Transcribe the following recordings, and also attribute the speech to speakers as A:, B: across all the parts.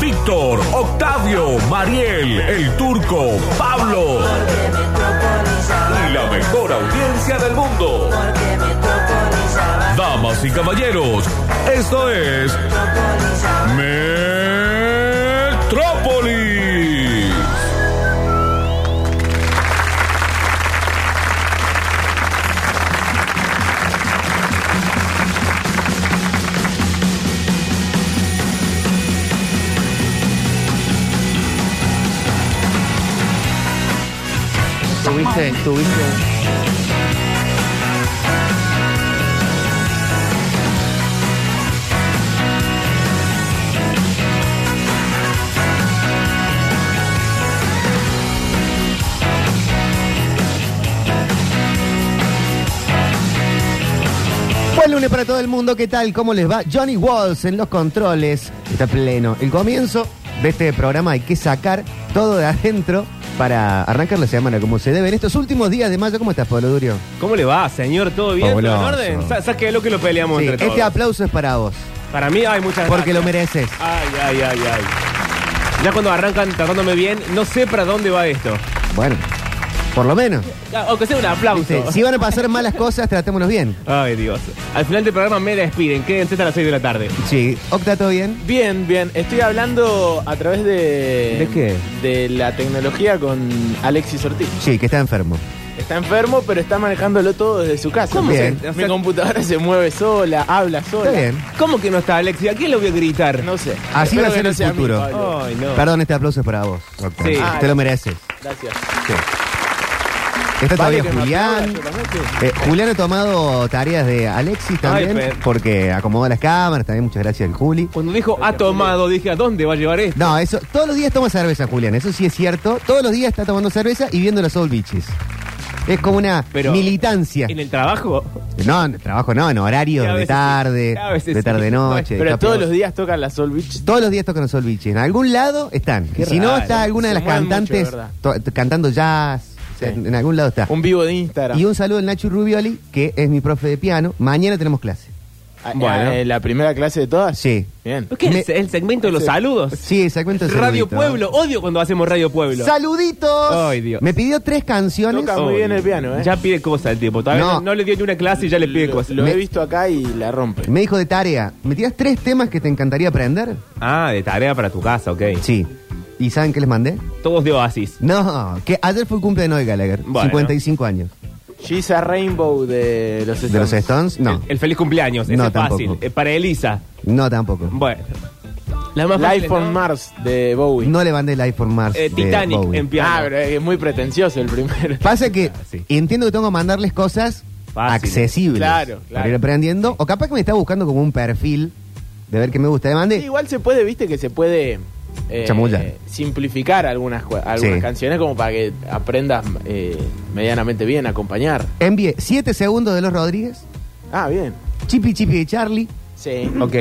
A: Héctor, Octavio, Mariel, el turco, Pablo. Y la mejor audiencia del mundo. Damas y caballeros, esto es Metrópolis.
B: Tuviste, tuviste. Buen lunes para todo el mundo, ¿qué tal? ¿Cómo les va? Johnny Walls en los controles, está pleno. El comienzo de este programa hay que sacar todo de adentro para arrancar la semana como se debe. En estos últimos días de mayo, ¿cómo estás, Pablo Durio?
C: ¿Cómo le va, señor? ¿Todo bien? ¿Todo en
B: Fabuloso.
C: orden? Sa- Sáquelo que lo peleamos
B: Sí,
C: entre todos.
B: este aplauso es para vos,
C: Para mí, ay, muchas
B: porque lo
C: gracias.
B: mereces.
C: Ay, ay, ay, ay. Ya cuando arrancan tratándome bien, no sé para dónde va esto.
B: Bueno, por lo menos.
C: Ya, Aunque sea un
B: Viste,
C: aplauso.
B: Si van a pasar malas cosas, tratémonos bien.
C: Ay, Dios. Al final del programa me despiden. Quédense hasta las 6 de la tarde.
B: Sí, Octa, ¿todo bien?
D: Bien, bien. Estoy hablando a través de.
B: ¿De qué?
D: De la tecnología con Alexis Ortiz.
B: Sí, que está enfermo.
D: Está enfermo, pero está manejándolo todo desde su casa.
B: ¿Cómo
D: Entonces,
B: que?
C: O
D: Mi
C: sea-
D: computadora se mueve sola, habla sola.
B: Está bien.
C: ¿Cómo que no está Alexi? ¿A quién le voy a gritar?
D: No sé.
B: Así
D: Espero
B: va a
D: que
B: ser
D: no
B: el
D: sea a mí,
B: futuro.
D: Pablo.
C: Ay, no.
B: Perdón, este aplauso es para vos, Octa.
C: Sí.
B: Te lo mereces.
D: Gracias.
B: Está todavía
D: Vale que me
B: Julián.
D: aplauda, yo también, sí.
B: Eh, Julián ha tomado tareas de Alexis también,
C: Ay, Fer.
B: porque acomoda las cámaras, también muchas gracias al Juli.
C: Cuando dijo ha tomado, dije, ¿a dónde va a llevar esto?
B: No, eso, todos los días toma cerveza, Julián, eso sí es cierto. Todos los días está tomando cerveza y viendo las Soul Beaches. Es como una
C: Pero-
B: militancia.
C: ¿En el trabajo?
B: No, en el trabajo no, en horario
C: Sí, a
B: de
C: veces
B: tarde,
C: sí, a veces
B: de tarde
C: sí.
B: noche.
D: Pero
B: está
D: todos
B: pegado.
D: los días toca la Sol Beach.
B: Todos los días tocan los Soul Beaches. En algún lado están.
C: Qué
B: si no,
C: raro.
B: está alguna de
D: Se
B: las
D: mueven mucho,
B: cantantes
D: de verdad.
B: to- to- cantando jazz. O sea,
D: Sí.
B: En algún lado está.
D: Un vivo de Instagram.
B: Y un saludo al Nacho Rubioli, que es mi profe de piano. Mañana tenemos clase.
D: Ah,
C: Bueno.
D: eh, ¿La primera clase de todas?
B: Sí.
D: Bien.
C: ¿Qué
B: Me-
C: es el segmento de los
D: Sí.
C: saludos?
B: Sí, exactamente.
C: Radio Pueblo. Odio cuando hacemos Radio Pueblo.
B: ¡Saluditos!
C: Ay, Dios.
B: Me pidió tres canciones.
D: Toca muy bien el piano, ¿eh?
C: Ya pide cosas el tipo. Todavía
B: No.
C: no, no le dio ni una clase y ya le pide
D: Lo,
C: cosas.
D: lo
B: Me-
D: he visto acá y la rompe.
B: Me dijo de tarea, ¿me tirás tres temas que te encantaría aprender?
C: Ah, de tarea para tu casa, ok.
B: Sí. ¿Y saben qué les mandé?
C: Todos de Oasis.
B: No, que ayer fue el cumple de Noel Gallagher,
C: Bueno.
B: 55 años.
D: She's a Rainbow de los Stones.
B: ¿De los Stones? No,
C: El, el feliz cumpleaños, ese
B: No,
C: es fácil.
B: tampoco.
C: Eh, para Elisa.
B: no tampoco.
C: Bueno. La más fácil,
D: Life on
C: ¿no?
D: Mars de Bowie.
B: No le mandé Life for Mars.
C: Eh,
B: de
C: Titanic
B: Bowie.
C: en piano.
D: Ah, pero es muy pretencioso el primero.
B: Pasa que
C: Ah, Sí.
B: entiendo que tengo que mandarles cosas
C: Fácil.
B: accesibles.
D: Claro, claro.
B: Para ir aprendiendo. O capaz que me está buscando como un perfil de ver qué me gusta. Le mandé.
D: Sí, igual se puede, viste, que se puede eh,
B: Chamullar.
D: simplificar algunas, cua- algunas
B: Sí.
D: canciones como para que aprendas eh, medianamente bien a acompañar.
B: Envié 7 segundos de los Rodríguez,
D: Ah, bien.
B: Chippy Chippy de Charlie
D: Sí.
C: Ok.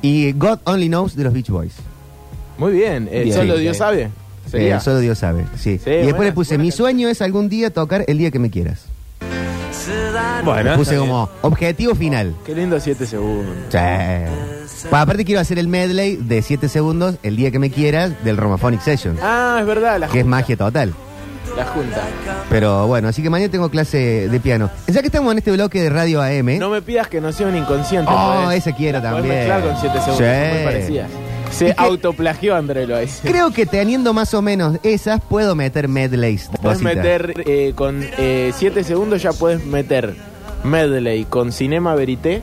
B: y God Only Knows de los Beach Boys.
D: Muy bien. Eh,
C: Bien.
D: solo
C: Sí,
D: Dios
C: sí.
D: sabe. Sería.
B: Eh, solo Dios sabe. Sí.
D: ah. Sí,
B: y después
D: buena-
B: le puse,
D: buena
B: mi
D: canción.
B: sueño es algún día tocar el día que me quieras.
C: Bueno.
B: Puse como objetivo final.
D: Qué lindo siete segundos.
B: Sí. Pues aparte quiero hacer el medley de 7 segundos, el día que me quieras, del Romaphonic Session,
D: Ah, es verdad, la
B: que es ¿Eh?
D: junta.
B: magia total.
D: La junta.
B: Pero bueno, así que mañana tengo clase de piano. Ya que estamos en este bloque de Radio AM,
D: No me pidas que no sea un inconsciente.
B: Oh,
D: podés-
B: ese quiero
D: podés
B: también.
D: mezclar con siete segundos.
B: Sí.
D: son Muy parecidas.
B: Y
D: Se
B: que-
D: autoplagió André Loaiz.
B: creo que teniendo más o menos esas, puedo meter medleys.
D: Puedes
B: cositas.
D: meter eh, con 7 segundos, ya puedes meter medley con Cinema Verité.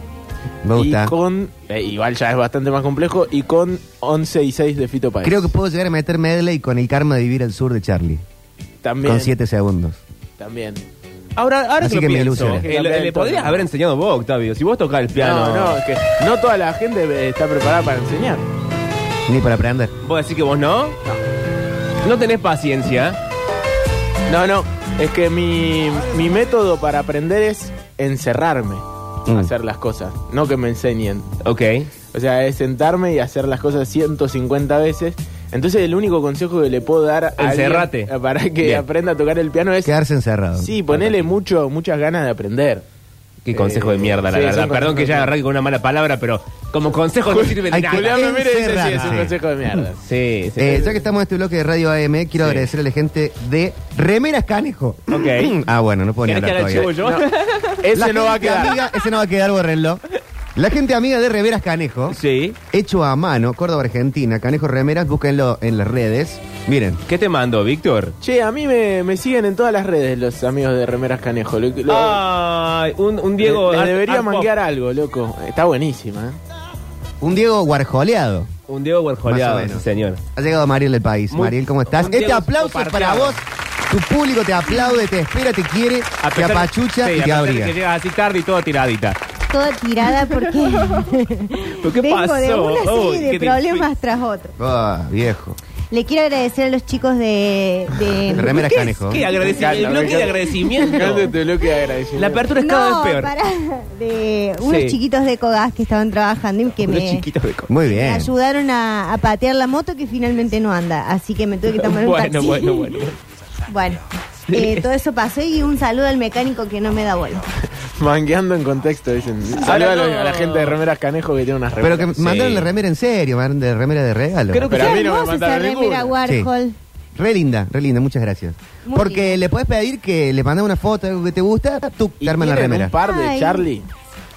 B: Me gusta.
D: Y con. eh, igual ya es bastante más complejo. Y con 11 y 6 de Fito Páez.
B: Creo que puedo llegar a meter medley con el karma de vivir al sur de Charlie.
D: También.
B: Con 7 segundos.
D: También.
C: Ahora, ahora
B: Así que
C: que lo
B: me
C: pienso,
B: ilusioné.
C: eh, le, le podrías haber enseñado vos, Octavio. Si vos tocás el piano.
D: No, no, es que no toda la gente eh, está preparada para enseñar.
B: Ni para aprender.
C: ¿Vos decís que vos no? No. No tenés paciencia.
D: No, no. Es que mi, mi método para aprender es encerrarme
B: Mm.
D: a hacer las cosas. No que me enseñen.
C: Ok.
D: O sea, es sentarme y hacer las cosas 150 veces. Entonces, el único consejo que le puedo dar a alguien
C: Encerrate.
D: para que
C: Bien.
D: aprenda a tocar el piano es
B: Quedarse encerrado.
D: sí, ponele mucho muchas ganas de aprender.
C: Qué consejo de mierda, la
D: sí,
C: verdad.
D: son
C: Perdón que
D: consejos
C: ya
D: de-
C: arranque con una mala palabra, pero como consejo no sirve de
B: hay que-
C: nada.
D: Julián me mira y dice, sí, es un
B: Encerrate.
D: consejo de mierda.
C: Sí, sí.
B: Eh, ya que estamos en este bloque de Radio AM, quiero
C: Sí.
B: agradecer a la gente de Remeras Canejo.
C: Ok.
B: ah, bueno, no puedo ni
C: ¿Querés que
B: hablar
C: haga
B: todavía.
C: el chivo yo?
B: La
D: Ese no va a
B: gente
D: quedar.
B: amiga- ese no va a quedar, bórrenlo. La gente amiga de Remeras Canejo,
C: Sí.
B: hecho a mano, Córdoba, Argentina, Canejo Remeras, búsquenlo en las redes. Miren,
C: ¿Qué te mando, Víctor?
D: Che, a mí me, me siguen en todas las redes los amigos de Remeras Canejo. Lo- lo-
C: Ay, un, un Diego.
D: les
C: Art-
D: debería
C: Art Pop.
D: manguear algo, loco. Está buenísima. ¿eh?
B: un Diego guarjoleado.
C: Un Diego Warjoleado,
B: Más o menos.
C: sí, señor.
B: Ha llegado Mariel del país.
C: Muy-
B: Mariel, ¿cómo estás?
C: un
B: Este
C: Diego
B: aplauso es para
C: parteado.
B: vos. Tu público te aplaude, te espera, te quiere,
C: A
B: te
C: pesar-
B: apachucha
C: sí,
B: y
C: a
B: te
C: pesar de
B: abriga.
C: Que llegas así tarde y todo tiradita.
E: Toda tirada porque
C: ¿Pero qué
E: vengo
C: pasó?
E: de una serie
C: Oh, qué
E: de problemas tras otro.
B: Ah, viejo.
E: Le quiero agradecer a los chicos de... de-
B: Remeras Canejo.
C: ¿Qué
D: Me
C: agradecimiento?
D: encanta,
C: El bloque de
D: me encanta. Me encanta
C: agradecimiento.
D: este bloque de agradecimiento.
C: La apertura es cada
E: No,
C: vez peor.
E: pará, de unos
C: Sí.
E: chiquitos de Cogas que estaban trabajando y que
C: Unos
E: me,
C: chiquitos de co-
B: Muy
E: me
B: bien.
E: ayudaron a, a patear la moto que finalmente no anda. Así que me tuve que tomar un
C: Bueno,
E: taxi.
C: bueno, bueno.
E: Bueno, eh, todo eso pasó y un saludo al mecánico que no me da bola.
D: Mangueando en contexto, dicen.
C: Ahora
D: Saluda a,
C: no.
D: la gente de Remeras Canejo que tiene unas
B: Pero
D: remeras.
B: que
C: Sí.
B: mandaron la remera en serio, mandaron de remera de regalo.
C: Creo que
D: Pero a mí no me
E: Hermosa esa
D: mandaron
E: remera
D: ninguna.
E: Warhol.
B: Sí. Re linda, re linda, muchas gracias.
E: Muy
B: Porque
E: bien.
B: le puedes pedir que le mandes una foto de algo que te gusta, tú
D: Y
B: te arman la
D: tienen
B: remera.
D: un par de
E: Ay.
D: Charlie.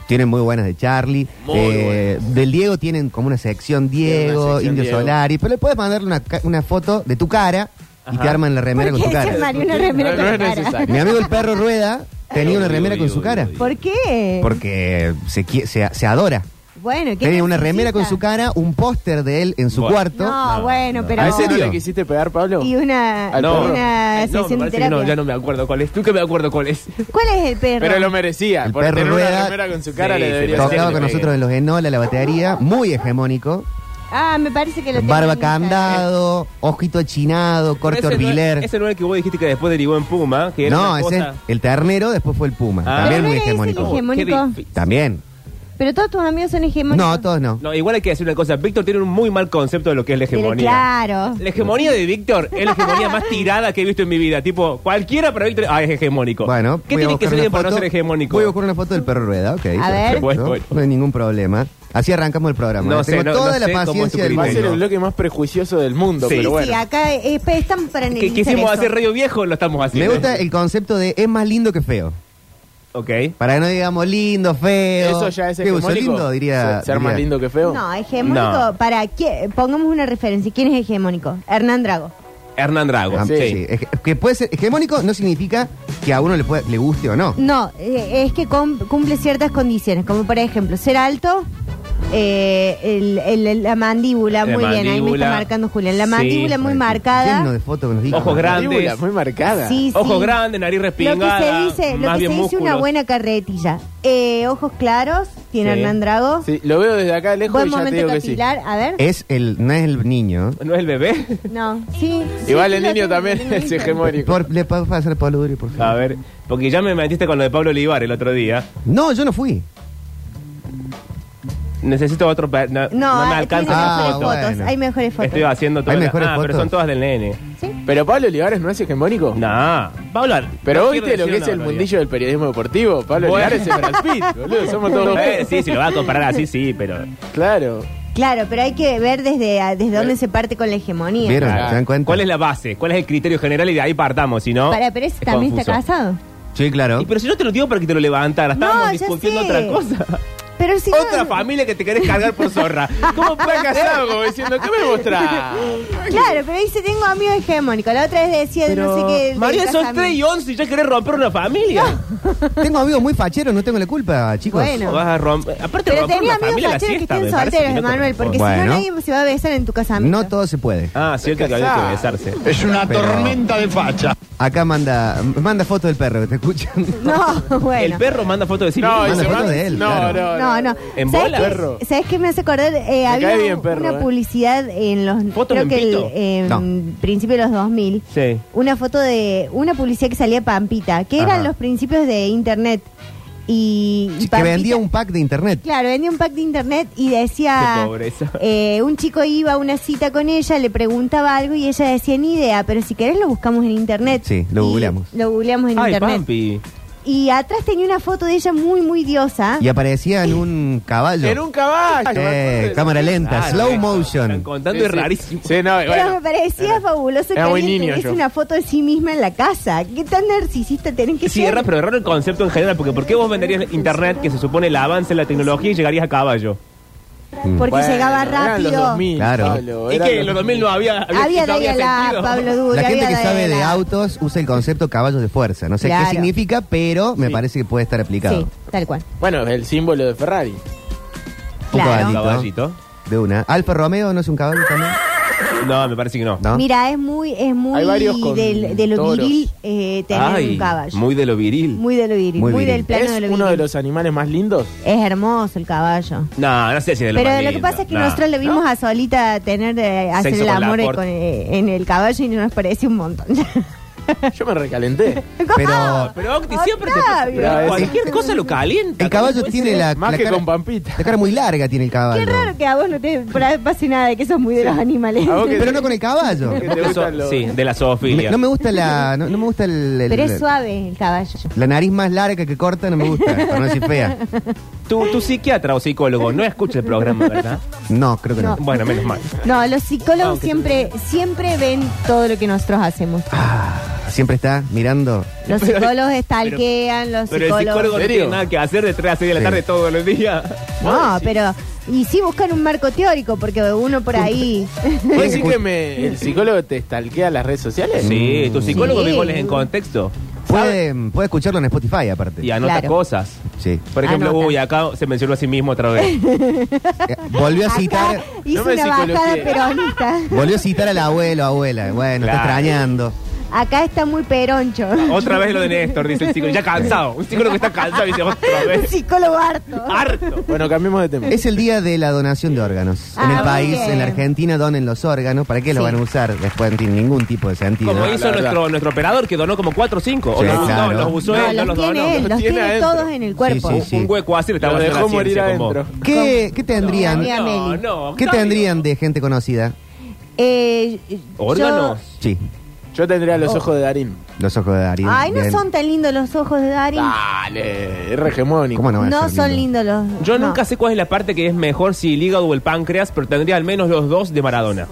B: Tienen muy buenas de Charlie.
D: Muy
B: eh, Del Diego tienen como una sección Diego,
D: una sección
B: Indio
D: Diego.
B: Solari. Pero le puedes mandarle una, ca- una foto de tu cara y
C: Ajá.
B: te arman la remera
E: ¿Por
B: con
E: qué
B: tu cara.
E: se armaría una remera
D: No, no
E: con la
D: es
E: cara?
D: necesario.
B: Mi amigo el perro Rueda tenía una
C: Uy,
B: remera
C: uy,
B: con
C: uy,
B: su cara.
C: uy.
E: ¿Por qué?
B: Porque se, qui- se, se adora.
E: Bueno, ¿qué
B: Tenía Eh, una remera con
E: necesita?
B: su cara, un póster de él en su
C: Bueno.
B: cuarto.
E: No, bueno, pero.
B: ¿A
D: ¿En
B: ese
D: serio
B: no. ¿Ah,
D: le quisiste pegar, Pablo?
E: Y una,
D: Al
E: y
D: perro.
E: una
C: Ay, Ah, no, me
E: sesión de
C: parece que
E: terapia.
C: no, ya no me acuerdo cuál es. Nunca me acuerdo cuál es.
E: ¿Cuál es el perro?
D: Pero lo merecía.
B: El
D: por
B: perro
D: tener
B: Rueda-
D: una remera con su cara
C: Sí,
D: le
C: sí,
D: debería
C: pero-
D: ser
B: Tocaba
D: que
B: con
D: le
B: nosotros en los Enola, la batería, muy hegemónico.
E: Ah, me parece que lo ¿eh? tengo
B: Barba
E: en Instagram.
B: candado, ojito achinado, corte
C: Ese no es-
B: orbiler.
C: Ese no es el que vos dijiste que después derivó en Puma. Que era
B: No,
C: una
B: ese es
C: cosa-
B: el ternero, después fue el puma.
C: Ah.
B: También muy
E: Pero no le dicen
B: hegemónico.
E: hegemónico.
C: Qué difícil.
B: También.
E: Pero todos tus amigos son hegemónicos.
B: No, todos no.
C: No, igual hay que decir una cosa. Víctor tiene un muy mal concepto de lo que es la
E: Pero
C: hegemonía.
E: Claro.
C: La hegemonía de Víctor es la hegemonía más tirada que he visto en mi vida. Tipo, cualquiera para Víctor. Ah, es hegemónico.
B: Bueno,
C: ¿qué
B: voy a
C: tiene que
B: buscar
C: ser
B: una
C: alguien para no
B: foto.
C: ser hegemónico?
B: Voy a buscar una foto del perro rueda, ok.
E: ver.
C: Bueno, bueno.
B: No hay ningún problema. Así arrancamos el programa.
C: No
B: ¿eh?
C: sé,
B: Tengo
C: no-
B: toda
C: no
B: la
C: sé cómo es tu
B: paciencia del
D: pegue. Va a ser
C: criterio.
B: mundo.
D: el bloque más prejuicioso del mundo,
C: Sí.
E: Sí,
D: pero bueno.
E: sí, acá eh, están para
C: Que quisimos hacer radio viejo, lo estamos
B: Me
C: haciendo.
B: gusta el concepto de es más lindo que feo.
C: Ok.
B: Para que no digamos lindo, feo.
D: Eso ya es
B: ¿Qué uso?
D: hegemónico.
B: lindo, diría.
D: Ser- Ser más
B: diría-
D: lindo que feo.
E: No, hegemónico.
C: No.
E: Para qué? pongamos una referencia. ¿Quién es hegemónico? Hernán Drago.
C: Hernán Drago.
B: Ah,
C: sí.
B: sí, sí. Es que- que puede ser hegemónico no significa que a uno le, pueda- le guste o no.
E: No, eh, es que cum- cumple ciertas condiciones, como por ejemplo ser alto, eh, el- el- la mandíbula,
C: La
E: muy bien, ahí me
C: mandíbula.
E: está marcando Julián, la
C: Sí.
E: mandíbula muy
B: Lleno
E: marcada.
B: de fotos que nos digan.
C: Ojos grandes.
D: Mandíbula muy marcada.
E: Sí,
C: Ojos
E: sí.
C: grandes, nariz
E: Lo que se
C: respingada.
E: dice, lo
C: más
E: que
C: bien
E: se dice
C: músculos.
E: una buena carretilla. Eh, ojos claros, tiene
C: Sí.
E: Hernán Drago.
D: Sí, lo veo desde acá lejos
E: Buen
D: y ya te
E: momento
D: digo que sí. Eh.
E: capilar, a ver.
B: Es el, no es el niño.
C: ¿No es el bebé?
E: No, sí. sí,
D: Igual
E: sí,
D: el
E: lo
D: niño
E: tiene,
D: también
E: tiene
D: es
E: niño.
D: hegemónico.
B: Por- le puedo pasar a Pablo Duri, por
C: A
B: favor.
C: ver, porque ya me metiste con lo de Pablo Olivar el otro día.
B: No, yo no fui.
C: Necesito otro. pa- No,
E: No,
C: no me
E: hay-
C: alcanza
E: tiene
B: Ah,
C: la
E: mejores
C: foto.
E: fotos,
B: bueno.
E: hay mejores fotos.
C: Estoy haciendo todas.
B: Hay
C: las-
B: mejores
C: ah, pero
B: fotos.
C: son todas del nene.
E: Sí.
D: Pero Pablo Olivares no es hegemónico.
C: Nah. Pablo.
D: Pero
C: no
D: vos viste
C: quiero
D: lo
C: decir
D: que es
C: una
D: el
C: barbaridad.
D: mundillo del periodismo deportivo. Pablo
C: Bueno.
D: Olivares es Brad Pitt, boludo. Somos todos.
C: Eh, sí, si lo vas a comparar así, sí, pero.
D: Claro.
E: Claro, pero hay que ver desde, a- desde dónde se parte con la hegemonía.
B: ¿Vieron?
D: Claro.
B: ¿Se dan cuenta?
C: ¿Cuál es la base? ¿Cuál es el criterio general? Y de ahí partamos, si no.
E: Para, pero ese también está
C: confuso.
E: casado.
B: Sí, claro.
C: Y pero si yo te lo digo para que te lo levantara, estábamos
E: No, ya
C: discutiendo
E: sé.
C: otra cosa.
E: Pero si
C: otra
E: no-
C: familia que te querés cargar por zorra. ¿Cómo puede
D: Está casado, como diciendo, ¿qué me mostrás?
E: Claro, pero dice, tengo amigos hegemónicos. La otra vez decía, de no sé qué... del
C: María, sos
E: casamiento.
C: 3 y 11 y ya querés romper una familia.
B: Tengo amigos muy facheros, no tengo la culpa, chicos.
E: Bueno.
C: Vas a romper. Aparte,
E: Pero
C: romper
E: tenía
C: una
E: amigos
C: familia la
E: facheros que
C: siesta,
E: estén
C: me parece
E: solteros,
C: que no te
E: Emanuel, porque
C: corresponde.
E: si
B: Bueno.
E: no nadie se va a besar en tu casamiento.
B: No todo se puede.
C: Ah, cierto que había que
D: Casado.
C: besarse.
F: Es una
B: Pero-
F: tormenta de facha.
B: Acá manda manda fotos del perro, que te escuchan.
E: No,
C: El
E: bueno.
C: perro manda fotos de sí
D: No,
C: mismo.
B: Manda
D: ese
B: foto
D: man-
B: de él,
D: no,
B: claro.
D: no,
E: No, no.
C: En
E: ¿Sabes
C: bola.
E: qué-
D: Perro.
E: ¿Sabes qué me hace acordar? Eh, había
D: cae
E: un-
D: bien, perro,
E: una
D: eh.
E: publicidad en los...
C: ¿Fotos
E: creo
C: en
E: que
C: pito?
E: el, en
B: No.
E: principio de los 2000.
C: Sí.
E: Una foto de... Una publicidad que salía Pampita, que
C: Ajá.
E: eran los principios de Internet. Y, y
B: que
E: Pampita-
B: vendía un pack de internet.
E: Claro, vendía un pack de internet y decía...
C: Qué pobreza.
E: eh, un chico iba a una cita con ella, le preguntaba algo y ella decía, ni idea, pero si querés lo buscamos en internet.
B: Sí, lo
E: Y
B: googleamos.
E: Lo googleamos en
C: Ay,
E: internet.
C: Pampi.
E: y atrás tenía una foto de ella muy, muy diosa.
B: Y aparecía en un caballo.
D: En un caballo. me
B: Eh,
D: acuerdo.
B: cámara lenta,
C: Claro,
B: slow
C: eso.
B: motion.
C: Están contando es
D: Sí, sí.
C: rarísimo.
D: Sí, no,
E: Pero
D: bueno.
E: me parecía fabuloso que
D: Era muy
E: alguien
D: niño
E: tuviese
D: yo.
E: una foto de sí misma en la casa. ¿Qué tan narcisista tienen que
C: Sí,
E: ser?
C: es raro, pero es raro el concepto en general, porque ¿por qué vos venderías internet, que se supone el avance de la tecnología, y llegarías a caballo?
E: Porque
D: Bueno,
E: llegaba
D: Eran los
E: rápido.
D: 2000,
B: Claro.
D: Pablo,
C: y
D: eran
C: que en los 2000 no había...
E: Había
C: no había
E: Dayala,
C: sentido.
E: Pablo Durio.
B: La gente
E: había
B: que sabe de
E: Dayala.
B: autos usa el concepto caballos de fuerza. No sé
E: Claro.
B: qué significa, pero me parece que puede estar aplicado.
E: Sí, tal cual.
D: Bueno, el símbolo de Ferrari.
B: Un
E: Claro.
B: caballito.
C: Caballito.
B: De una. Alfa Romeo no es un caballo también.
C: No, me parece que no.
B: ¿No?
E: Mira, es muy, es muy
D: Hay varios con
E: del- de lo
D: toros.
E: viril eh, tener
C: Ay,
E: un caballo. Muy,
C: Muy de lo viril.
E: de lo viril,
B: Muy
E: muy,
B: viril.
E: del plano
D: ¿Es
E: de lo
D: uno de
E: viril.
D: los animales más lindos?
E: Es hermoso el caballo.
C: No, no sé si de lo
E: Pero
C: más
E: lo que
C: lindo,
E: pasa es que
C: no.
E: nosotros le vimos a Solita tener eh, hacer
C: Sexo
E: el
C: con la
E: amor
C: Ford.
E: con, eh, en el caballo y nos pareció un montón.
D: Yo me recalenté.
B: Pero
C: Pero Octi siempre te
E: Octavio.
C: pero
D: Pero
C: cualquier cosa lo calienta.
B: el caballo
C: ¿Cómo
B: tiene
C: puede
B: la,
D: Más
B: la
D: que
B: cara,
D: con Pampita.
B: la cara muy larga tiene el caballo.
E: Qué raro que a vos no te pra- pase nada de que sos muy de los animales.
D: A vos que-
B: Pero no con el caballo.
D: Que te
C: ser? Eso-
D: gustan los-
C: sí, de la
B: Me-
C: zoofilia.
B: no me gusta la no, no me gusta el, el-
E: Pero es suave el caballo.
B: la nariz más larga que corta no me gusta, para no decir fea.
C: tu, tu psiquiatra o psicólogo no escucha el programa, ¿verdad?
B: No, creo que no.
C: Bueno, menos mal.
E: No, los psicólogos
C: Aunque
E: siempre, siempre ven todo lo que nosotros hacemos.
B: Siempre está mirando.
E: Los psicólogos estalquean, los
C: Pero el
E: psicólogos.
C: psicólogo no
D: ¿En
C: tiene
D: serio?
C: nada que hacer de 3 a 6 de la
B: Sí.
C: tarde todos los días.
E: No, pero. Y sí buscan un marco teórico, porque uno por ahí.
D: ¿Vos decís que me- el psicólogo te stalkea las redes sociales?
C: Sí, tu psicólogo
E: Sí.
C: ve goles en contexto
B: Puede, puede escucharlo en Spotify aparte.
C: y anota
E: Claro.
C: cosas.
B: Sí.
C: Por ejemplo,
E: Anota.
C: uy, acá se mencionó a sí mismo otra vez.
B: Eh, Volvió a citar
E: Acá hizo
D: No me
E: una
D: psicología.
E: bajada peronista.
B: volvió a citar al abuelo, abuela. Bueno, está
C: Claro.
B: extrañando.
E: Acá está muy peroncho.
C: Otra vez lo de Néstor, dice el psicólogo. Ya cansado. Un psicólogo que está cansado dice otra
E: Un
C: vez.
E: psicólogo harto.
D: Ah,
C: Harto.
D: Bueno, cambiemos de tema.
B: Es el día de la donación de órganos.
E: Ah,
B: en el
E: muy
B: país,
E: bien.
B: en la Argentina, donen los órganos. ¿Para qué los
E: Sí.
B: van a usar? Después no tiene ningún tipo de sentido.
C: Como hizo
D: la verdad.
C: nuestro, nuestro operador que donó como 4 o 5. O
B: Sí,
C: los,
B: claro.
C: no, los usó
E: No,
C: él, no
E: los,
C: los donó.
E: tiene él, los
D: tiene
E: tiene
D: adentro.
E: todos en el cuerpo.
B: Sí, sí, sí.
C: Un hueco así le estaba
D: Lo
C: haciendo la
D: dejó morir
C: ciencia, como-
D: adentro.
B: ¿Qué, qué tendrían?
E: Mira,
C: No,
E: Meli.
C: no,
B: ¿Qué
C: Octavio.
B: tendrían de gente conocida?
E: Eh,
C: ¿Órganos?
E: yo-
B: Sí,
D: Yo tendría los ojos de Darín.
B: los ojos de Darín.
E: Ay, no
B: Bien.
E: son tan lindos los ojos de Darín.
D: Ah, Dale, es re hegemónico.
B: ¿Cómo no?
E: no
B: van a ser
E: son lindos los.
C: Yo
E: no.
C: nunca sé cuál es la parte que es mejor, si el hígado o el páncreas, pero tendría al menos los dos de Maradona.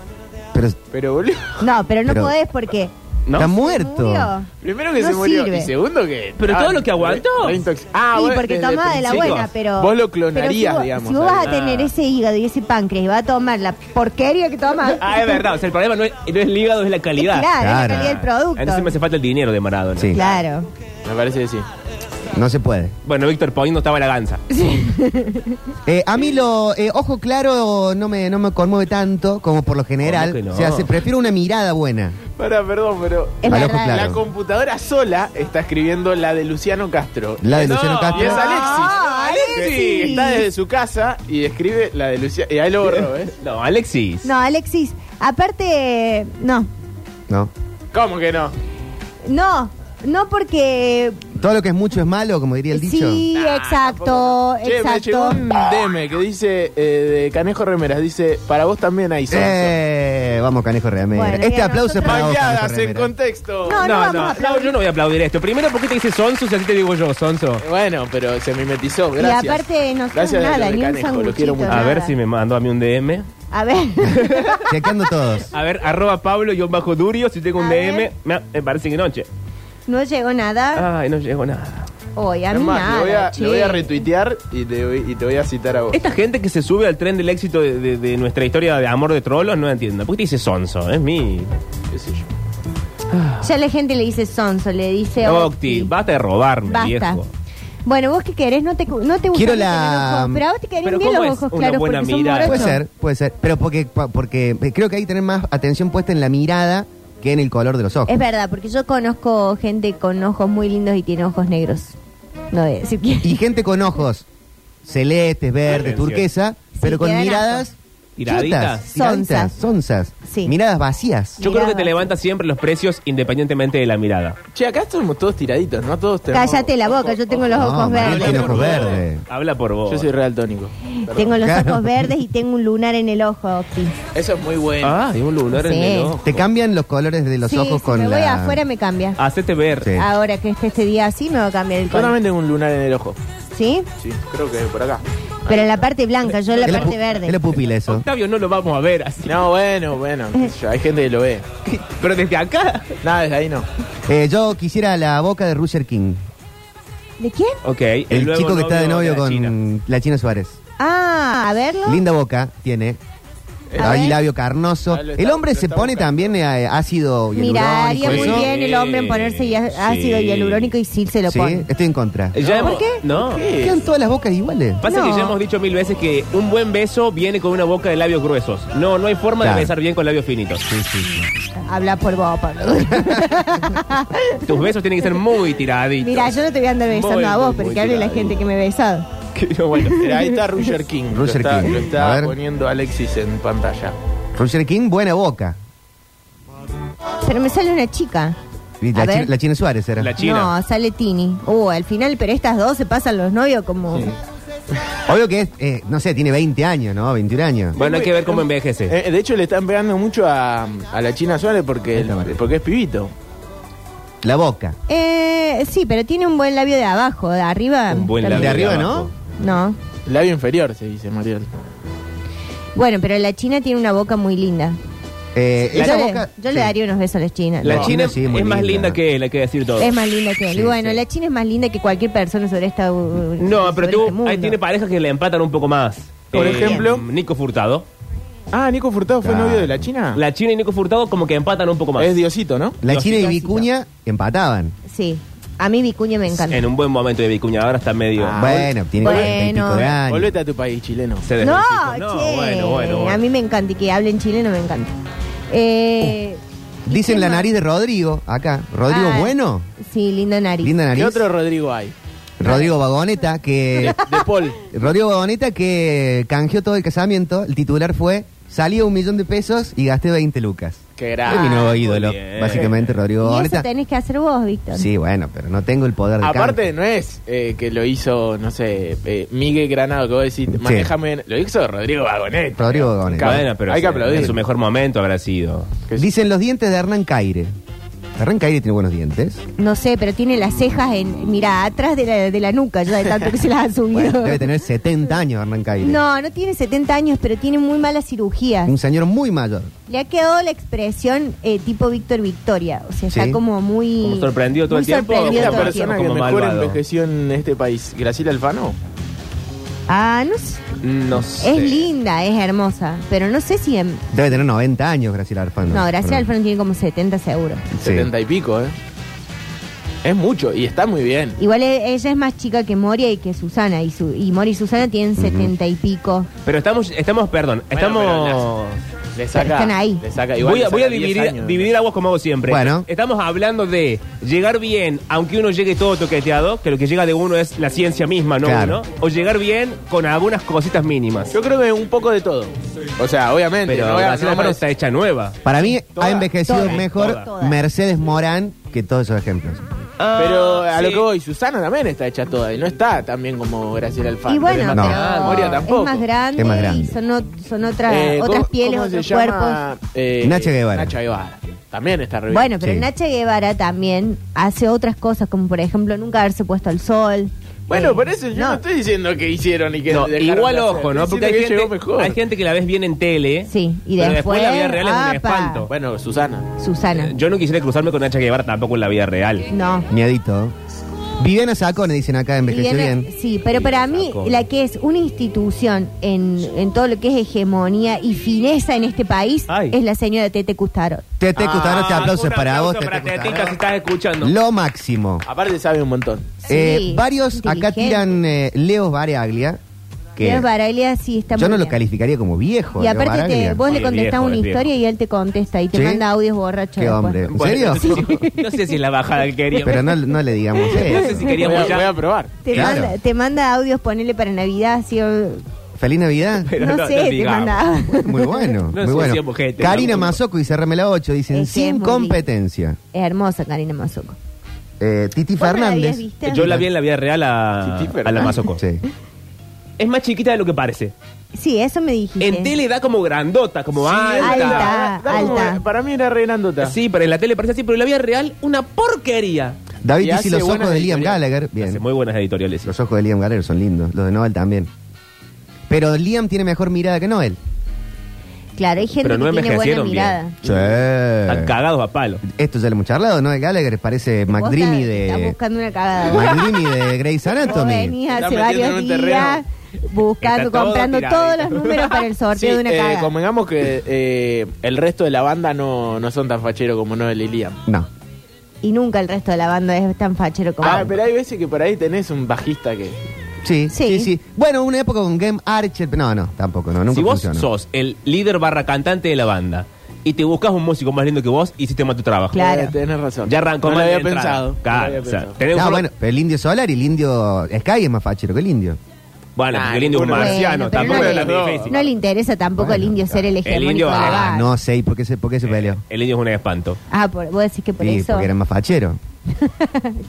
B: Pero
D: Pero boludo,
E: No, pero no
B: Pero-
E: podés porque.
C: ¿No?
B: está
E: se
B: muerto.
E: murió.
D: primero que
E: No
D: se murió
E: sirve.
D: y segundo que...
C: Pero
D: ah,
C: todo lo que aguantó.
D: re- re intox- Ah,
E: Sí,
D: bueno,
E: porque
D: desde el
E: toma de la
D: principio.
E: buena, pero.
D: Vos lo
E: pero
D: clonarías,
E: si vos-
D: digamos. Ah.
E: Si vos vas a
D: Darín.
E: tener ese hígado y ese páncreas y vas a tomar la porquería que tomas.
C: Ah, es verdad. O sea, el problema no es, no es el hígado, es la calidad.
E: Claro, es la
B: Claro.
E: calidad del producto.
C: Entonces me hace falta el dinero de Maradona.
B: Sí.
E: Claro.
D: Me parece que sí.
B: No se puede.
C: Bueno, Víctor Poín no estaba la ganza.
B: Eh, a mí lo eh, ojo claro no me no me conmueve tanto como por lo general.
C: ¿Cómo que no?
B: O sea, se- prefiero una mirada buena.
D: Para, perdón, pero...
E: Es
B: Al ojo
E: verdad.
B: claro.
D: La computadora sola está escribiendo la de Luciano Castro.
B: La de
C: No,
B: Luciano
D: Y es
B: Castro.
C: esa-
E: Ah,
D: Alexis.
E: Alexis.
D: Que Está desde su casa y escribe la de Luciano. Y ahí lo borró, ¿ves?
C: No, Alexis.
E: No, Alexis, aparte. No.
B: No.
D: ¿Cómo que no?
E: No. No porque.
B: Todo lo que es mucho es malo, como diría el dicho.
E: Sí, exacto,
D: Tampoco. Che, me llegó
E: exacto.
D: un DM que dice eh, de Canejo Remeras, dice, para vos también hay sonso.
B: Eh, vamos, Canejo Remera.
E: Bueno,
B: este
E: bien,
B: aplauso es para vos, Canejo
D: Mañadas en
B: Remera.
D: contexto.
E: No,
C: no,
E: vamos a aplaudir.
C: yo no voy a aplaudir esto. Primero, porque te dice Sonso? Si así te digo yo, Sonso.
D: Eh, Bueno, pero se mimetizó,
E: Y
D: gracias.
E: aparte no somos
D: Gracias,
E: nada,
D: de
E: ni un
D: Canejo, lo quiero
E: sanguchito.
D: mucho.
C: A
E: nada.
C: ver si me mandó a mí un DM.
E: A ver.
B: Chequeando todos.
C: A ver, arroba Pablo y bajo Durio. Si tengo un
E: A
C: DM,
E: ver.
C: me, me parece que noche.
E: no llegó nada.
C: Ay, no llegó nada.
E: Hoy, a
D: Ah. Es
E: mí
D: más,
E: nada.
D: lo, voy a,
E: che. Eh.
D: lo voy a retuitear y te voy, y te voy a citar a vos.
C: Esta gente que se sube al tren del éxito de, de- de nuestra historia de amor de trolos, no la entiendo. ¿Por qué te dice Sonso? Es mi.
D: Qué sé yo.
E: Ya la gente le dice sonso, le dice
C: Octi, basta de robarme,
E: Basta.
C: viejo.
E: Bueno, vos qué querés, no te, cu- no te gusta
B: Quiero
E: que
B: la-
E: tengan ojos, Pero a vos te
C: Pero
E: querés bien los
C: ¿cómo es
E: ojos
C: una
E: claros
C: buena
E: porque son
C: mirada?
E: morochos.
B: Puede ser, puede ser. Pero porque, porque creo que hay que tener más atención puesta en la mirada que en el color de los ojos.
E: Es verdad, porque yo conozco gente con ojos muy lindos y tiene ojos negros. No eh, voy a decir quién.
B: Y gente con ojos celestes, verdes,
C: Violencia.
B: turquesa, pero con
E: quedan
B: miradas
C: tiradita.
B: Chotas, tirantas,
E: Sonsas.
B: Sonzas.
E: Sí.
B: Miradas vacías.
C: Yo creo que te levanta siempre los precios independientemente de la mirada.
D: Che, acá somos todos tiraditos, ¿no? Todos tenemos-
E: Cállate la boca, yo tengo los
B: No,
E: ojos
B: Mariel
E: verdes.
B: Ah, tiene ojos verdes.
C: Habla por vos.
D: Yo soy real tónico.
E: Tengo los
B: Claro.
E: ojos verdes y tengo un lunar en el ojo, Octi.
D: Eso es muy bueno.
C: Ah, hay un lunar en
E: Sí.
C: el ojo.
B: Te cambian los colores de los
E: Sí,
B: ojos
E: si
B: con
E: me
B: la... Ah, eh.
E: voy afuera me cambia.
C: Hacete ver.
B: Sí.
E: Ahora que esté este día así me va a cambiar el
D: Yo
E: color.
D: también tengo un lunar en el ojo.
E: ¿Sí?
D: Sí, creo que por acá.
E: Pero en la parte blanca, yo en la
B: Es
E: parte
B: pu-
E: verde.
B: Es la pupila eso.
C: Octavio no lo vamos a ver así.
D: No, bueno, bueno. qué sé yo, Hay gente que lo ve.
C: Pero desde acá.
D: Nada, desde ahí no.
B: Eh, yo quisiera la boca de Roger King.
E: ¿De quién?
C: Ok. El,
B: El,
C: nuevo
B: chico que está de novio
C: la
B: con
C: China.
B: la China Suárez.
E: Ah, a verlo.
B: Linda boca tiene.
E: A
B: Ahí
E: ver.
B: labio carnoso.
D: Ah, lo está-
B: el hombre
D: lo
B: se
D: está
B: pone
D: buscando.
B: también eh, ácido y
E: Miraría
C: hialurónico,
E: muy
C: eso.
E: bien el hombre en ponerse hia-
C: Sí.
E: ácido hialurónico y sí se lo
B: Sí,
E: pone.
B: estoy en contra.
C: Eh, Ya
E: ¿Por
C: hemos-
E: qué?
C: No.
D: ¿Qué?
B: Quedan todas las bocas iguales.
C: Pasa que
E: No.
C: ya hemos dicho mil veces que un buen beso viene con una boca de labios gruesos. No, no hay forma
B: Claro.
C: de besar bien con labios finitos.
E: Habla por vos, Pablo.
C: Tus besos tienen que ser muy tiraditos.
E: Mira, yo no te voy a andar
C: Muy,
E: besando a vos,
C: muy,
E: pero
C: muy
E: que hable la
C: tiradito.
E: gente que me ha besado.
C: Que no, bueno.
D: Mira, ahí está Roger King. Lo
B: Roger
D: está-
B: King.
D: Lo
B: A
D: está
B: ver.
D: poniendo Alexis en pantalla.
B: Roger King, buena boca.
E: Pero me sale una chica.
B: Y
E: A
B: La,
E: ver.
B: Chi- la China Suárez era.
C: La China.
E: No, sale Tini. Uh, al final, pero estas dos se pasan los novios como.
B: Obvio que es, eh, no sé, tiene 20 años, ¿no? 21 años.
C: Bueno, hay que ver cómo envejece.
D: Eh, de hecho, le están pegando mucho a, a la China Suárez porque,
B: Esta manera.
D: porque es pibito.
B: La boca.
E: Eh, sí, pero tiene un buen labio de abajo, de arriba.
C: Un buen
E: también.
B: De
C: labio.
B: arriba,
C: abajo.
B: ¿no?
E: No.
D: Labio inferior, se dice, Mariel.
E: Bueno, pero la china tiene una boca muy linda.
B: Eh,
E: Yo,
B: esa
E: le,
B: boca-
E: yo le
B: sí.
E: daría unos besos a la china.
C: La
B: No,
C: China
B: China sí,
C: es
B: muy
C: más
B: linda.
C: linda que él, hay que decir todo.
E: Es más linda que él.
B: Sí,
E: y bueno,
B: sí.
E: la china es más linda que cualquier persona sobre esta. uh,
C: No,
E: sobre
C: pero
E: este
C: tú,
E: mundo.
C: ahí tiene parejas que le empatan un poco más. Eh,
D: Por ejemplo.
C: Nico Furtado.
D: Ah, Nico Furtado fue
B: Claro.
D: novio de la China.
C: La China y Nico Furtado como que empatan un poco más.
D: Ah. Es Diosito, ¿no?
B: La
C: Los
B: China y
C: chicos,
B: Vicuña empataban.
E: Sí. A mí Vicuña me encanta.
C: En un buen momento de Vicuña, ahora está medio...
D: Ah,
B: bueno, tiene
E: bueno.
B: 40 y pico de años.
D: Volvete a tu país, chileno.
C: se
E: No,
C: desvencijó.
E: che.
C: bueno, bueno, bueno.
E: A mí me encanta y que hablen chileno me encanta. Eh, ¿y
B: Dicen
E: quién
B: la
E: más?
B: nariz de Rodrigo, acá. Uh, Rodrigo
E: Ah,
B: Bueno,
E: Sí, linda nariz.
B: linda nariz. Eh.
D: ¿Qué otro Rodrigo hay?
B: Rodrigo Vagoneta, que...
D: De Paul.
B: Rodrigo Vagoneta que canjeó todo el casamiento. El titular fue, salí a un millón de pesos y gasté 20 lucas.
D: Qué
B: Es mi
D: grande.
B: nuevo ídolo,
C: bien.
B: básicamente, Rodrigo
E: Y
B: Vagoneta.
E: eso tenés que hacer vos, Víctor.
B: Sí, bueno, pero no tengo el poder de
D: Aparte,
B: canje.
D: no es eh, que lo hizo, no sé, eh, Miguel Granado, que vos decís, manejame. Lo hizo Rodrigo Vagonet.
B: Rodrigo Vagoneta.
C: Bueno, pero
D: Hay que
C: en-
D: aplaudir.
C: En su mejor momento habrá sido.
D: Que-
B: Dicen los dientes de Hernán Caire. Hernán Caire tiene buenos dientes.
E: No sé, pero tiene las cejas en. Mira, atrás de la, de la nuca, ya de tanto que se las ha subido.
B: Bueno, debe tener 70 años Hernán Caire.
E: no, no tiene 70 años, pero tiene muy malas cirugías.
B: Un señor muy mayor.
E: Le ha quedado la expresión eh, tipo Víctor Victoria. O sea,
B: Sí.
E: está como muy.
C: Como sorprendido todo
E: muy
C: el tiempo,
E: sorprendido
D: la
C: una
E: todo el
D: persona
E: tiempo.
D: que
C: Como
D: mejor
C: malvado.
D: envejeció en este país, Graciela Alfano.
E: Ah, no sé.
C: No sé.
E: Es linda, es hermosa. Pero no sé si. en-
B: Debe tener 90 años Graciela Alfano.
E: No, Graciela
B: Perdón.
E: Alfano tiene como 70 seguro.
B: Sí.
D: 70 y pico, ¿eh? Es mucho y está muy bien.
E: Igual e- ella es más chica que Moria y que Susana. Y, su, y Moria y Susana tienen 70 y pico.
C: Pero estamos, estamos, perdón, estamos...
D: Le saca.
E: Están ahí.
D: Le saca igual.
C: Voy
D: le
C: a, voy a
D: saca 10
C: dividir,
D: años.
C: dividir aguas como hago siempre.
B: Bueno.
C: Estamos hablando de llegar bien, aunque uno llegue todo toqueteado, que lo que llega de uno es la ciencia misma, ¿no?
B: Claro.
C: Uno, o llegar bien con algunas cositas mínimas.
D: Yo creo que un poco de todo. O sea, obviamente.
C: Pero
D: no voy a-
C: Graciela
D: no
C: Alfano
D: voy a-
C: está hecha nueva.
B: Para mí
D: Toda,
B: ha envejecido
E: toda,
B: mejor
E: toda.
B: Mercedes Morán que todos esos ejemplos.
D: Pero
C: Ah,
D: a
C: sí.
D: lo que voy, Susana también está hecha toda y no está tan bien como Graciela Alfano.
E: Y bueno,
B: No.
E: pero
D: Moria tampoco.
E: es más grande,
B: Es más grande.
E: y son, ot- son otras
D: Eh, ¿cómo-
E: otras pieles,
D: cómo se
E: otros
D: llama?
E: cuerpos.
D: Eh,
B: Nacha Guevara.
D: Nacha Guevara. También está re bien.
E: Bueno, pero
B: Sí.
E: Nacha Guevara también hace otras cosas, como por ejemplo nunca haberse puesto al sol.
D: Bueno,
E: Eh,
D: por eso yo no. estoy diciendo que hicieron y que
C: No,
D: dejaron de
C: igual
D: hacer.
C: ojo, ¿no?
D: Estoy
C: Porque hay
D: diciendo que llegó
C: gente,
D: mejor.
C: hay gente que la ves bien en tele.
E: Sí, y
C: pero
E: después,
C: la vida real es un
E: apa.
C: espanto.
D: Bueno, Susana.
E: Susana.
C: Eh, Yo no quisiera cruzarme con Nacha Guevara tampoco en la vida real.
E: no.
B: Miedito. Viviana Sacone, dicen acá, envejeció
E: Viviana-
B: bien.
E: Sí, pero para mí
C: Sacó.
E: la que es una institución en, en todo lo que es hegemonía y fineza en este país
C: Ay.
E: es la señora Tete Custaro.
B: Tete
D: Ah,
B: Cutaro, te aplausos
C: Un
B: para
C: aplauso
B: vos. Tete
C: para
B: Cutaro.
C: Tetita, si estás escuchando.
B: Lo máximo.
D: Aparte sabe un montón.
B: Eh,
E: Sí,
B: varios acá
E: inteligente.
B: tiran eh, Leo Bareaglia. Que
E: Leo Baraglia sí está
B: yo
E: muy
B: no lo
E: bien.
B: calificaría como viejo.
E: Y
B: Leo
E: aparte te-
B: Baraglia.
E: vos
C: Sí,
E: le
C: es
E: contestás
C: viejo,
E: una
C: es viejo.
E: historia y él te contesta y te
B: ¿Sí?
E: manda audios borrachos.
B: Qué
E: después.
B: hombre. ¿En serio?
C: Bueno, no sé si- No sé si es la bajada que queríamos.
B: Pero no, no le digamos
C: No sé
B: eso.
C: si queríamos
D: voy, a,
C: ya-
D: voy a probar.
E: Te,
B: Claro.
E: manda, te manda audios, ponele para Navidad, así, o-
B: Feliz Navidad.
C: Pero
E: no,
C: no-
E: sé,
C: no
E: te
C: digamos.
E: mandaba.
B: Muy bueno,
C: No
B: muy
C: sé
B: bueno.
C: si es mojete,
B: Karina
C: no.
B: Mazoco y Cerramela 8 dicen
E: Es que es
B: sin
E: muy
B: competencia.
E: Es hermosa Karina Mazoco.
B: Eh, Titi
E: ¿Vos no la
B: Fernández.
E: habías visto?
C: Yo la vi en la vida real a,
D: Sí, sí,
C: a la
D: ¿verdad?
C: Mazoco.
B: Sí.
C: Es más chiquita de lo que parece.
E: Sí, eso me dijiste.
C: En tele da como grandota, como
D: Sí,
C: alta.
E: alta.
D: Da como-
E: alta.
D: eh, Para mí era Renandota.
C: Sí, pero en la tele parece así, pero en la vida real una porquería.
B: David
D: Y
B: dice
D: hace
B: los ojos
D: buenas
B: de Liam
D: editoriales.
B: Gallagher.
C: Hace
B: Bien.
C: muy buenas editoriales. sí.
B: Los ojos de Liam Gallagher son lindos. Los de Noel también. Pero Liam tiene mejor mirada que Noel.
E: Claro, hay gente
C: Pero no
E: que tiene buena
C: envejecieron bien.
E: mirada.
B: Sí.
C: Están cagados a palo.
B: Esto ya lo hemos charlado, Noel Gallagher parece
E: Vos
B: McDreamy
E: estás- estás
B: de.
E: buscando una cagada. vos.
B: McDreamy de Grey's
E: Vos
B: Anatomy.
E: venís
D: Está
E: hace
D: metiendo en
E: varios
D: un terreno.
E: días buscando,
C: Está todo
E: comprando
C: tiradito.
E: todos los números para el sorteo de una
D: eh,
E: cagada.
D: convengamos que eh, el resto de la banda no, no son tan facheros como Noel y Liam.
B: No.
E: Y nunca el resto de la banda es tan fachero como.
D: Ah, pero hay veces que por ahí tenés un bajista que. eh,
B: Sí, sí,
E: Sí.
B: sí, Bueno, una época con Game Archer. No, no, tampoco, no, nunca
C: si vos
B: funcionó.
C: sos el líder barra cantante de la banda y te buscas un músico más lindo que vos, hiciste mal tu trabajo.
E: Claro.
D: Eh, tenés razón.
C: Ya arrancó
D: No lo
C: mal de
D: había
C: entrada.
D: pensado.
C: Claro,
D: no lo había
C: o sea,
D: pensado.
C: tenés un
B: No,
C: solo-
B: bueno, pero el indio Solar y el indio Sky es más fachero que el indio.
C: Bueno,
D: Ah,
C: porque el indio es un
D: ninguno.
C: marciano,
E: Bueno, pero
C: tampoco
E: no
C: es
E: le-
C: tan difícil.
E: No le interesa tampoco al
B: Bueno,
E: indio ser el
C: El
E: hegemónico
C: indio,
E: de la
C: ah,
E: banda.
B: No sé, ¿y por qué se, por qué
C: Eh,
B: se peleó?
C: El indio es un espanto.
E: Ah, por, vos decís que por
B: Sí,
E: eso.
B: porque eran más facheros.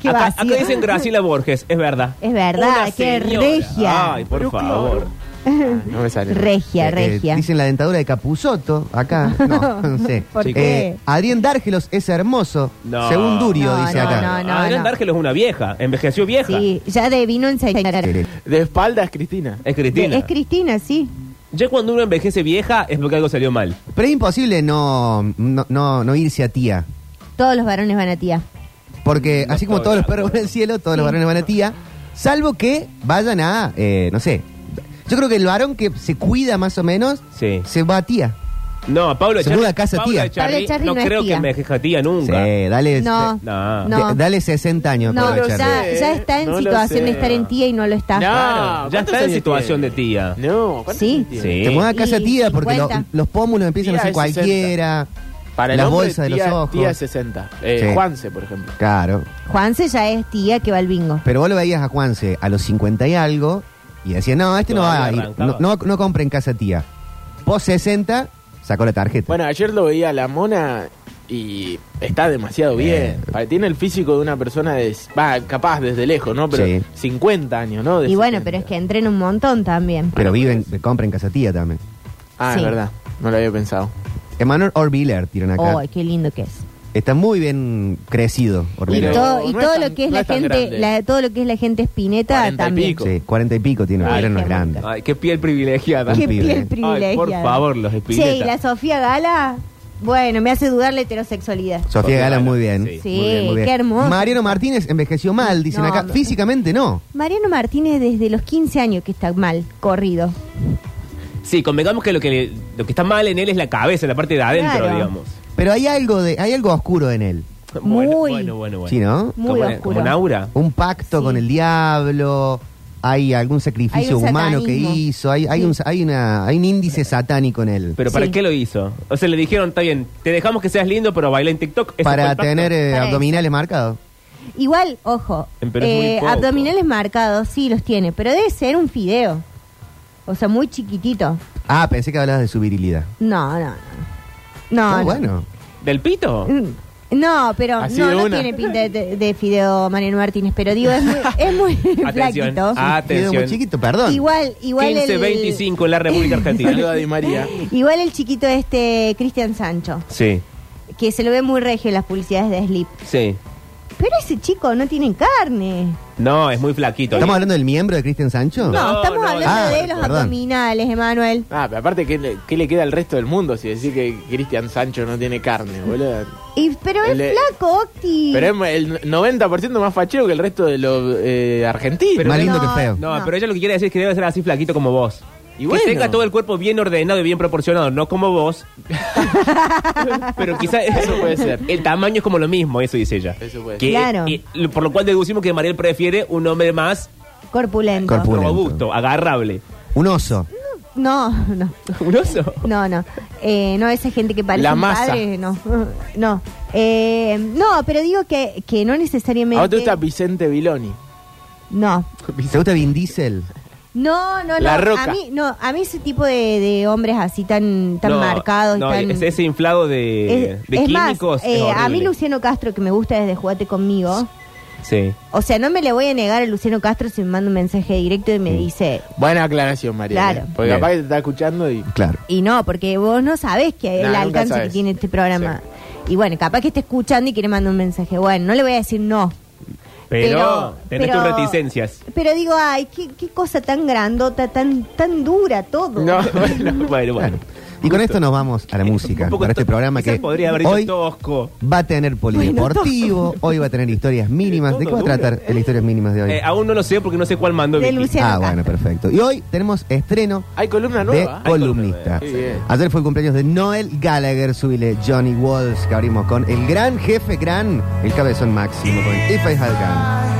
E: Qué
C: acá,
E: vacío.
C: acá dicen Graciela Borges, es verdad.
E: Es verdad,
C: Una
E: qué
C: señora.
E: regia.
C: Ay, por
D: Pero
C: favor.
D: claro. Ah, no me sale.
E: Regia,
B: Eh, eh,
E: regia.
B: dicen la dentadura de Capuzoto acá. No, no sé.
E: ¿Por
B: Eh,
E: qué?
B: Adrián Dárgelos es hermoso.
C: No.
B: Según Durio,
E: No,
B: dice
E: no,
B: acá.
E: no, no.
C: Adrián Dárgelo es una vieja, envejeció vieja.
E: Sí, ya de vino enseñar.
B: Sí.
D: De espaldas, Cristina.
C: Es Cristina.
E: Es Cristina, sí.
C: ya cuando uno envejece vieja es porque algo salió mal.
B: Pero es imposible no, no, no, no irse a tía.
E: Todos los varones van a tía.
B: Porque
C: No
B: así como
C: estoy
B: todos los
C: de
B: perros van al
C: acuerdo.
B: cielo, todos los
E: Sí.
B: varones van a tía. Salvo que vayan a, eh, no sé. Yo creo que el varón que se cuida más o menos
C: Sí.
B: se va a tía.
C: No, Pablo
B: Se
C: Echarri-
B: muda a casa
C: Pablo
B: tía.
C: Echarri
E: Pablo Echarri
C: no,
E: no es
C: creo
E: tía.
C: que envejezca tía nunca.
B: Sí, dale.
E: No.
C: No.
E: No.
B: Dale 60 años.
E: No,
B: pobre
D: lo
B: Charlie.
E: ya,
D: sé,
E: ya está en
D: no lo
E: situación de
D: sé.
E: estar en tía y no lo está.
D: No,
C: Ya está en situación de tía.
D: No, ¿cuántos
E: Sí.
D: años tiene?
C: Sí.
B: Te mueves a casa
E: Y
B: tía porque lo-
E: 50.
B: los pómulos empiezan
D: Tía
B: a ser
D: de 60.
B: cualquiera.
D: Para el
B: las
D: hombre,
B: bolsas de
D: tía-
B: los ojos.
D: Tía 60. Eh,
B: Sí.
D: Juanse, por ejemplo.
B: Claro.
E: Juanse ya es tía que va al bingo.
B: Pero vos lo veías a Juanse a los 50 y algo y decía, no, este no va a
C: Todavía
B: ir.
C: arrancaba.
B: No, no, no compre en casa tía. Vos 60, sacó la tarjeta.
D: Bueno, ayer lo veía a la mona y está demasiado bien. Pa- Tiene el físico de una persona de, va, capaz desde lejos, ¿no? Pero
B: Sí.
D: 50 años, ¿no? De
E: Y bueno,
D: 70.
E: pero es que entrena un montón también.
B: pero viven, compra en casa tía también.
D: Ah,
E: Sí.
D: es verdad. No lo había pensado.
B: Emanuel Orviller tiran acá.
E: Ay, qué lindo que es.
B: Está muy bien crecido
E: Y,
D: Pero
B: Orviller.
E: todo, y
D: no es
E: todo
D: tan-
E: lo que es
D: no
E: la
D: es tan
E: gente,
D: grande.
E: la, todo lo que es la gente espineta
D: Cuarenta y
E: también.
D: pico.
B: Sí, 40 y pico tiene,
E: Ay,
B: Orviller no es
E: qué
B: grande.
C: Ay, qué piel privilegiada.
E: Qué
B: Un pibe.
E: piel privilegiada.
C: Ay, por favor, los espinetas.
E: Sí, y la Sofía Gala, bueno, me hace dudar la heterosexualidad.
B: Sofía Gala, muy bien.
C: Sí.
E: Sí,
B: Muy bien, muy bien.
E: qué hermoso.
B: Mariano Martínez envejeció mal, dicen
E: No,
B: acá.
E: no.
B: Físicamente no.
E: Mariano Martínez desde los 15 años que está mal, corrido.
C: Sí, convengamos que lo que, le- lo que está mal en él es la cabeza, la parte de adentro,
E: Claro.
C: digamos.
B: Pero hay algo de, hay algo oscuro en él.
E: Muy.
C: Bueno, bueno, bueno. bueno.
B: Sí, ¿no?
E: Muy
C: como,
E: oscuro.
C: como un aura.
B: Un pacto
E: Sí.
B: con el diablo, hay algún sacrificio
E: Hay un
B: humano que
E: satanismo.
B: hizo, hay, hay,
E: Sí.
B: un, sa- hay, una, hay un índice satánico en él.
C: ¿Pero para
E: Sí.
C: qué lo hizo? O sea, le dijeron, está bien, te dejamos que seas lindo, pero baila en TikTok. ¿Ese fue
B: para
C: el pacto?
B: tener eh,
E: Para eso.
B: abdominales marcados.
E: Igual, ojo,
C: Pero es muy
E: eh,
C: poco.
E: abdominales marcados, sí, los tiene, pero debe ser un fideo. O sea, muy chiquitito.
B: Ah, pensé que hablabas de su virilidad.
E: No, no, no. No,
B: Ah,
E: no.
B: bueno.
C: ¿Del pito?
E: Mm, No, pero
D: Así
E: no,
D: de
E: no
D: una.
E: tiene pinta de, de fideo Mariano Martínez, pero digo, es muy, es muy
C: Atención.
E: flaquito.
C: Ah,
B: Quedó muy
C: Atención.
B: chiquito, perdón.
E: Igual, igual
C: 15,
E: el...
C: 25 en la República
D: Saluda a
C: Argentina.
D: Di María.
E: Igual el chiquito este, Cristian Sancho,
C: sí,
E: que se lo ve muy regio en las publicidades de Slip.
C: sí.
E: Pero ese chico no tiene carne.
C: No, es muy flaquito.
B: ¿Estamos hablando del miembro de Cristian Sancho?
E: No,
C: No,
E: estamos
C: no,
E: hablando
B: no.
E: de
B: Ah,
E: los
B: perdón.
E: abdominales, Emanuel.
D: Ah, pero aparte, ¿qué le, qué le queda al resto del mundo si decir que Cristian Sancho no tiene carne, boludo?
E: Y- pero es
D: El de-
E: flaco, Octi.
D: Pero es el 90% más fachero que el resto de los eh, argentinos.
C: Pero
B: Más
C: no-
B: lindo
E: no,
B: que feo.
C: No,
E: No.
C: pero ella lo que quiere decir es que debe ser así flaquito como vos.
D: Y
C: que
D: bueno.
C: tenga todo el cuerpo bien ordenado y bien proporcionado, no como vos. pero quizás
D: Eso puede ser.
C: El tamaño es como lo mismo, eso dice ella.
D: Eso puede
C: Que-
E: ser. Claro.
C: eh, lo- por lo cual deducimos que Mariel prefiere un hombre más
E: Corpulento.
B: Corpu- Pulento.
C: robusto, agarrable.
B: Un oso.
E: no, no,
C: ¿Un oso?
E: no, no. Eh, no, esa gente que parece
D: La
E: un
D: masa.
E: padre, no. No. Eh, no, pero digo que, que no necesariamente.
D: ¿A vos te gusta Vicente Viloni?
E: No.
B: ¿Te gusta Vin Diesel?
E: No, no, no.
D: La Roca.
E: A mí, no, a mí ese tipo de, de hombres así tan, tan
C: No,
E: marcados,
C: no,
E: tan...
C: es- ese inflado de,
E: es-
C: de
E: es más,
C: químicos. es
E: eh, a mí
C: horrible.
E: Luciano Castro, que me gusta desde Jugate Conmigo,
C: Sí.
E: o sea, no me le voy a negar a Luciano Castro si me manda un mensaje directo y me
C: Mm.
E: dice...
D: Buena aclaración, María.
E: Claro.
D: Porque
C: Bien.
D: capaz que te está escuchando y.
B: Claro.
E: Y no, porque vos no sabés que
D: No,
E: el
D: nunca
E: alcance que
D: sabés.
E: tiene este programa. Y bueno, capaz que esté escuchando y quiere mandar un mensaje. Bueno, no le voy a decir no.
C: Pero, tenés
E: pero-
C: tus reticencias.
E: Pero digo, ay, qué, qué cosa tan grandota, tan, tan dura todo.
D: No,
C: bueno, bueno.
B: Claro. Y con esto nos vamos a la música,
C: Un poco
B: para este
C: to-
B: programa
C: quizás
B: que
C: podría haber dicho
B: hoy
C: tosco.
B: va a tener polideportivo, hoy va a tener historias mínimas. ¿De qué va a
C: Todo duro.
B: tratar el historias mínimas de hoy?
C: Eh, aún no lo sé porque no sé cuál mando.
E: De
C: Vicky.
E: Luciano.
B: ah,
E: Castro.
B: bueno, perfecto. Y hoy tenemos estreno
D: Hay columna
B: de
D: nueva.
B: columnista.
D: Qué bien.
B: Ayer fue el cumpleaños de Noel Gallagher, subile Johnny Walls, que abrimos con el gran jefe, gran, el cabezón máximo, con If I Had a Gun.